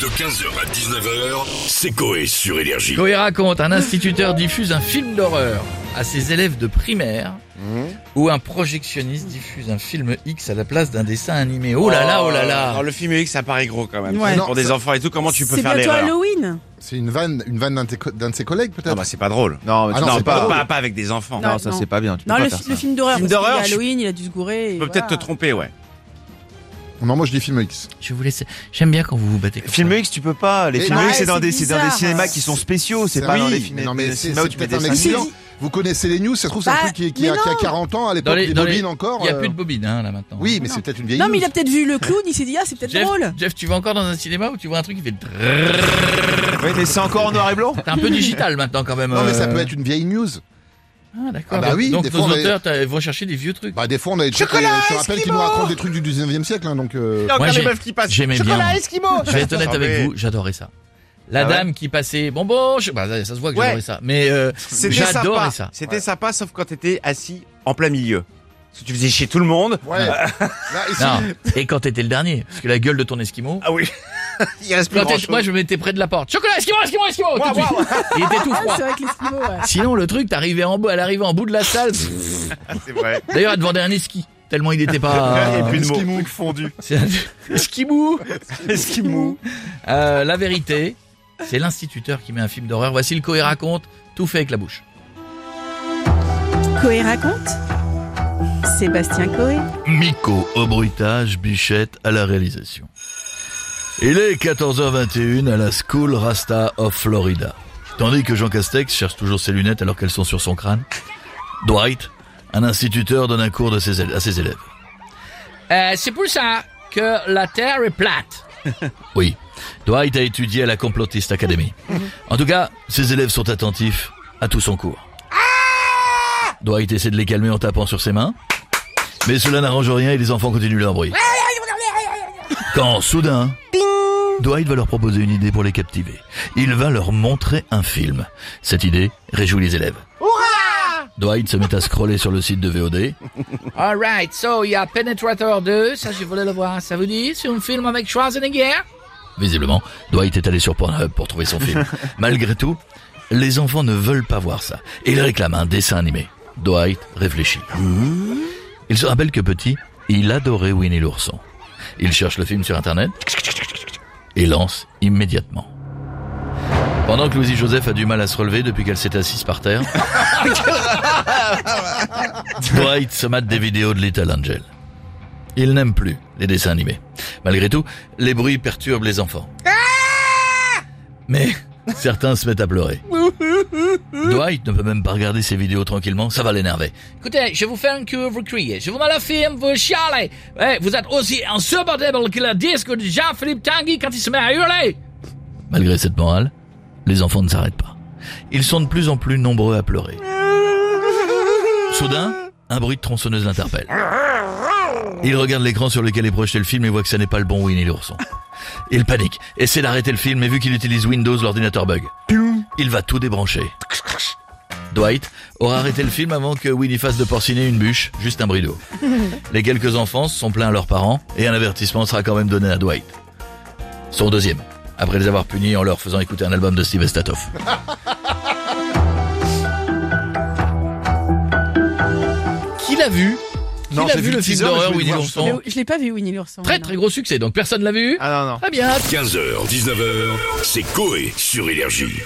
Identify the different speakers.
Speaker 1: De 15h à 19h, c'est Coé sur Énergie.
Speaker 2: Coé raconte, un instituteur diffuse un film d'horreur à ses élèves de primaire
Speaker 3: Mmh.
Speaker 2: où un projectionniste diffuse un film X à la place d'un dessin animé. Oh là là, oh là là
Speaker 4: Alors, le film X, ça paraît gros quand même.
Speaker 5: Ouais.
Speaker 4: Pour des enfants et tout, comment tu peux
Speaker 5: C'est
Speaker 4: faire
Speaker 5: bientôt
Speaker 4: l'erreur
Speaker 5: Halloween.
Speaker 3: C'est une vanne, une vanne d'un de tes co- d'un de ses collègues peut-être
Speaker 4: Non, bah c'est pas drôle.
Speaker 6: Non, mais
Speaker 3: Ah
Speaker 6: tu
Speaker 3: non,
Speaker 6: peux
Speaker 3: c'est
Speaker 4: Pas,
Speaker 3: pas
Speaker 4: pas, pas avec des enfants.
Speaker 5: Non,
Speaker 6: Non, ça
Speaker 5: non.
Speaker 6: c'est pas bien. Tu peux
Speaker 5: Non,
Speaker 6: pas
Speaker 5: le,
Speaker 6: faire
Speaker 5: le
Speaker 6: ça.
Speaker 5: film d'horreur.
Speaker 4: Film
Speaker 5: parce qu'il y a
Speaker 4: d'horreur, je-
Speaker 5: Halloween, il a dû se gourer.
Speaker 4: Tu peux peut-être te tromper, ouais.
Speaker 3: Non, moi je dis film X.
Speaker 2: Je vous laisse. J'aime bien quand vous vous battez. comme
Speaker 6: Film
Speaker 2: ça.
Speaker 6: X, tu peux pas. Les
Speaker 3: Mais
Speaker 6: films
Speaker 3: ouais,
Speaker 6: X, c'est dans
Speaker 5: c'est
Speaker 6: des, c'est dans des
Speaker 5: bizarre.
Speaker 6: cinémas qui sont spéciaux. C'est pas dans
Speaker 3: oui,
Speaker 6: les films.
Speaker 3: mais non,
Speaker 6: des
Speaker 3: mais c'est
Speaker 6: cinémas où
Speaker 3: c'est
Speaker 6: tu mets
Speaker 3: peut-être un
Speaker 6: des
Speaker 3: mec
Speaker 6: dessins.
Speaker 3: brillant. Vous connaissez les news, ça se trouve, c'est
Speaker 5: Bah,
Speaker 3: un truc qui, qui
Speaker 5: mais
Speaker 3: a, qui a
Speaker 5: non.
Speaker 3: 40 ans à
Speaker 2: Dans
Speaker 3: l'époque,
Speaker 2: les-
Speaker 3: les
Speaker 2: dans les-
Speaker 3: bobines encore.
Speaker 2: Il n'y a
Speaker 3: euh,
Speaker 2: plus de bobine hein, là maintenant.
Speaker 3: Oui, mais
Speaker 5: Non.
Speaker 3: c'est peut-être une vieille
Speaker 5: Non, mais il
Speaker 3: news.
Speaker 5: a peut-être vu le clown, il s'est dit, ah, c'est peut-être
Speaker 2: Jeff,
Speaker 5: drôle.
Speaker 2: Jeff, tu vas encore dans un cinéma où tu vois un truc qui fait. le trrrr
Speaker 6: Oui, mais c'est encore en noir et blanc.
Speaker 2: T'es un peu digital maintenant quand même.
Speaker 3: Non, mais ça
Speaker 2: euh.
Speaker 3: peut être une vieille news.
Speaker 2: Ah d'accord.
Speaker 3: Ah bah oui,
Speaker 2: donc
Speaker 3: des
Speaker 2: nos
Speaker 3: fois, on est-
Speaker 2: auteurs t'as- vont chercher des vieux trucs.
Speaker 3: Bah, des fois, on a des trucs.
Speaker 4: Chocolat,
Speaker 3: euh, je te rappelle qu'ils
Speaker 4: Eskimo
Speaker 3: nous racontent des trucs du 19 e siècle, hein, donc.
Speaker 4: Il
Speaker 3: euh,
Speaker 4: y a
Speaker 2: Moi,
Speaker 4: encore
Speaker 2: j'ai-
Speaker 4: des meufs qui passent.
Speaker 2: j'aimais
Speaker 4: Chocolat
Speaker 2: bien.
Speaker 4: Eskimo
Speaker 2: Je vais être honnête avec
Speaker 4: Mais
Speaker 2: vous, j'adorais ça. La
Speaker 6: Ah ouais
Speaker 2: dame qui passait bon je... bah, ça se voit que
Speaker 4: Ouais.
Speaker 2: j'adorais ça. Mais euh,
Speaker 4: C'était
Speaker 2: j'adorais
Speaker 4: sympa.
Speaker 2: ça.
Speaker 4: C'était sympa, sauf quand t'étais assis en plein milieu. Parce que tu faisais chier tout le monde.
Speaker 3: Ouais. Là, ici,
Speaker 2: Non. Et quand t'étais le dernier, parce que la gueule de ton esquimau.
Speaker 4: Ah oui. Il reste plus
Speaker 2: Quand
Speaker 4: grand
Speaker 2: t'étais- moi, je me mettais près de la porte. Chocolat, esquimau, esquimau, esquimau. tout de suite. Il était tout
Speaker 5: Ah,
Speaker 2: froid.
Speaker 5: c'est vrai que l'esquimau, ouais.
Speaker 2: Sinon, le truc, t'arrivais en bas, elle arrivait en bout de la salle.
Speaker 4: C'est vrai.
Speaker 2: D'ailleurs, elle te vendait un esqui. Tellement il n'était pas.
Speaker 4: Il y a plus de mots.
Speaker 3: Esquimau.
Speaker 6: fondu.
Speaker 2: C'est un- Esquimou.
Speaker 6: Esquimou.
Speaker 2: Euh, la vérité, c'est l'instituteur qui met un film d'horreur. Voici le coé raconte. Tout fait avec la bouche.
Speaker 5: Coé raconte. Sébastien Coé.
Speaker 2: Miko au bruitage, Bichette à la réalisation. Il est 14h21 à la School Rasta of Florida. Tandis que Jean Castex cherche toujours ses lunettes alors qu'elles sont sur son crâne, Dwight, un instituteur, donne un cours de ses él- à ses élèves. Euh, C'est pour ça que la Terre est plate. oui, Dwight a étudié à la Complotiste Academy. En tout cas, ses élèves sont attentifs à tout son cours. Dwight essaie de les calmer en tapant sur ses mains. Mais cela n'arrange rien et les enfants continuent leur bruit. Quand soudain, Dwight va leur proposer une idée pour les captiver. Il va leur montrer un film. Cette idée réjouit les élèves. Dwight se met à scroller sur le site de VOD. Alright, so il y a Penetrator 2, ça je voulais le voir, ça vous dit C'est un film avec Schwarzenegger Visiblement, Dwight est allé sur Pornhub pour trouver son film. Malgré tout, les enfants ne veulent pas voir ça. Ils réclament un dessin animé. Dwight réfléchit. Il se rappelle que petit, il adorait Winnie l'ourson. Il cherche le film sur internet et lance immédiatement. Pendant que Louis Joseph a du mal à se relever depuis qu'elle s'est assise par terre, Dwight se mate des vidéos de Little Angel. Il n'aime plus les dessins animés. Malgré tout, les bruits perturbent les enfants. Mais certains se mettent à pleurer. Dwight ne peut même pas regarder ses vidéos tranquillement, ça va l'énerver. Écoutez, je vous fais un cure, vous criez. Je vous mets la film, vous chialez. Ouais, vous êtes aussi insupportable que le disque de Jean-Philippe Tanguy quand il se met à hurler. Malgré cette morale, les enfants ne s'arrêtent pas. Ils sont de plus en plus nombreux à pleurer. Soudain, un bruit de tronçonneuse l'interpelle. Il regarde l'écran sur lequel est projeté le film et voit que ce n'est pas le bon Winnie l'ourson. Il panique, essaie d'arrêter le film, mais vu qu'il utilise Windows, l'ordinateur bug. Il va tout débrancher. Dwight aura arrêté le film avant que Winnie fasse de porciner une bûche, juste un bruit d'eau. Les quelques enfants se sont plaints à leurs parents et un avertissement sera quand même donné à Dwight. Son deuxième, après les avoir punis en leur faisant écouter un album de Steve Estatoff. Qui l'a vu Qui
Speaker 6: Non,
Speaker 2: l'a
Speaker 6: j'ai
Speaker 2: vu
Speaker 6: vu
Speaker 2: le
Speaker 6: le
Speaker 2: film
Speaker 6: teaser, mais je
Speaker 2: d'horreur
Speaker 6: vais le
Speaker 2: Winnie
Speaker 6: voir,
Speaker 2: l'ourson
Speaker 5: Mais Je l'ai pas vu, Winnie l'ourson.
Speaker 2: Très
Speaker 5: non.
Speaker 2: très gros
Speaker 4: Ah.
Speaker 2: succès, donc personne l'a vu Ah,
Speaker 6: Ah non, non.
Speaker 2: Très bien
Speaker 1: h 19h, c'est Coé sur Énergie.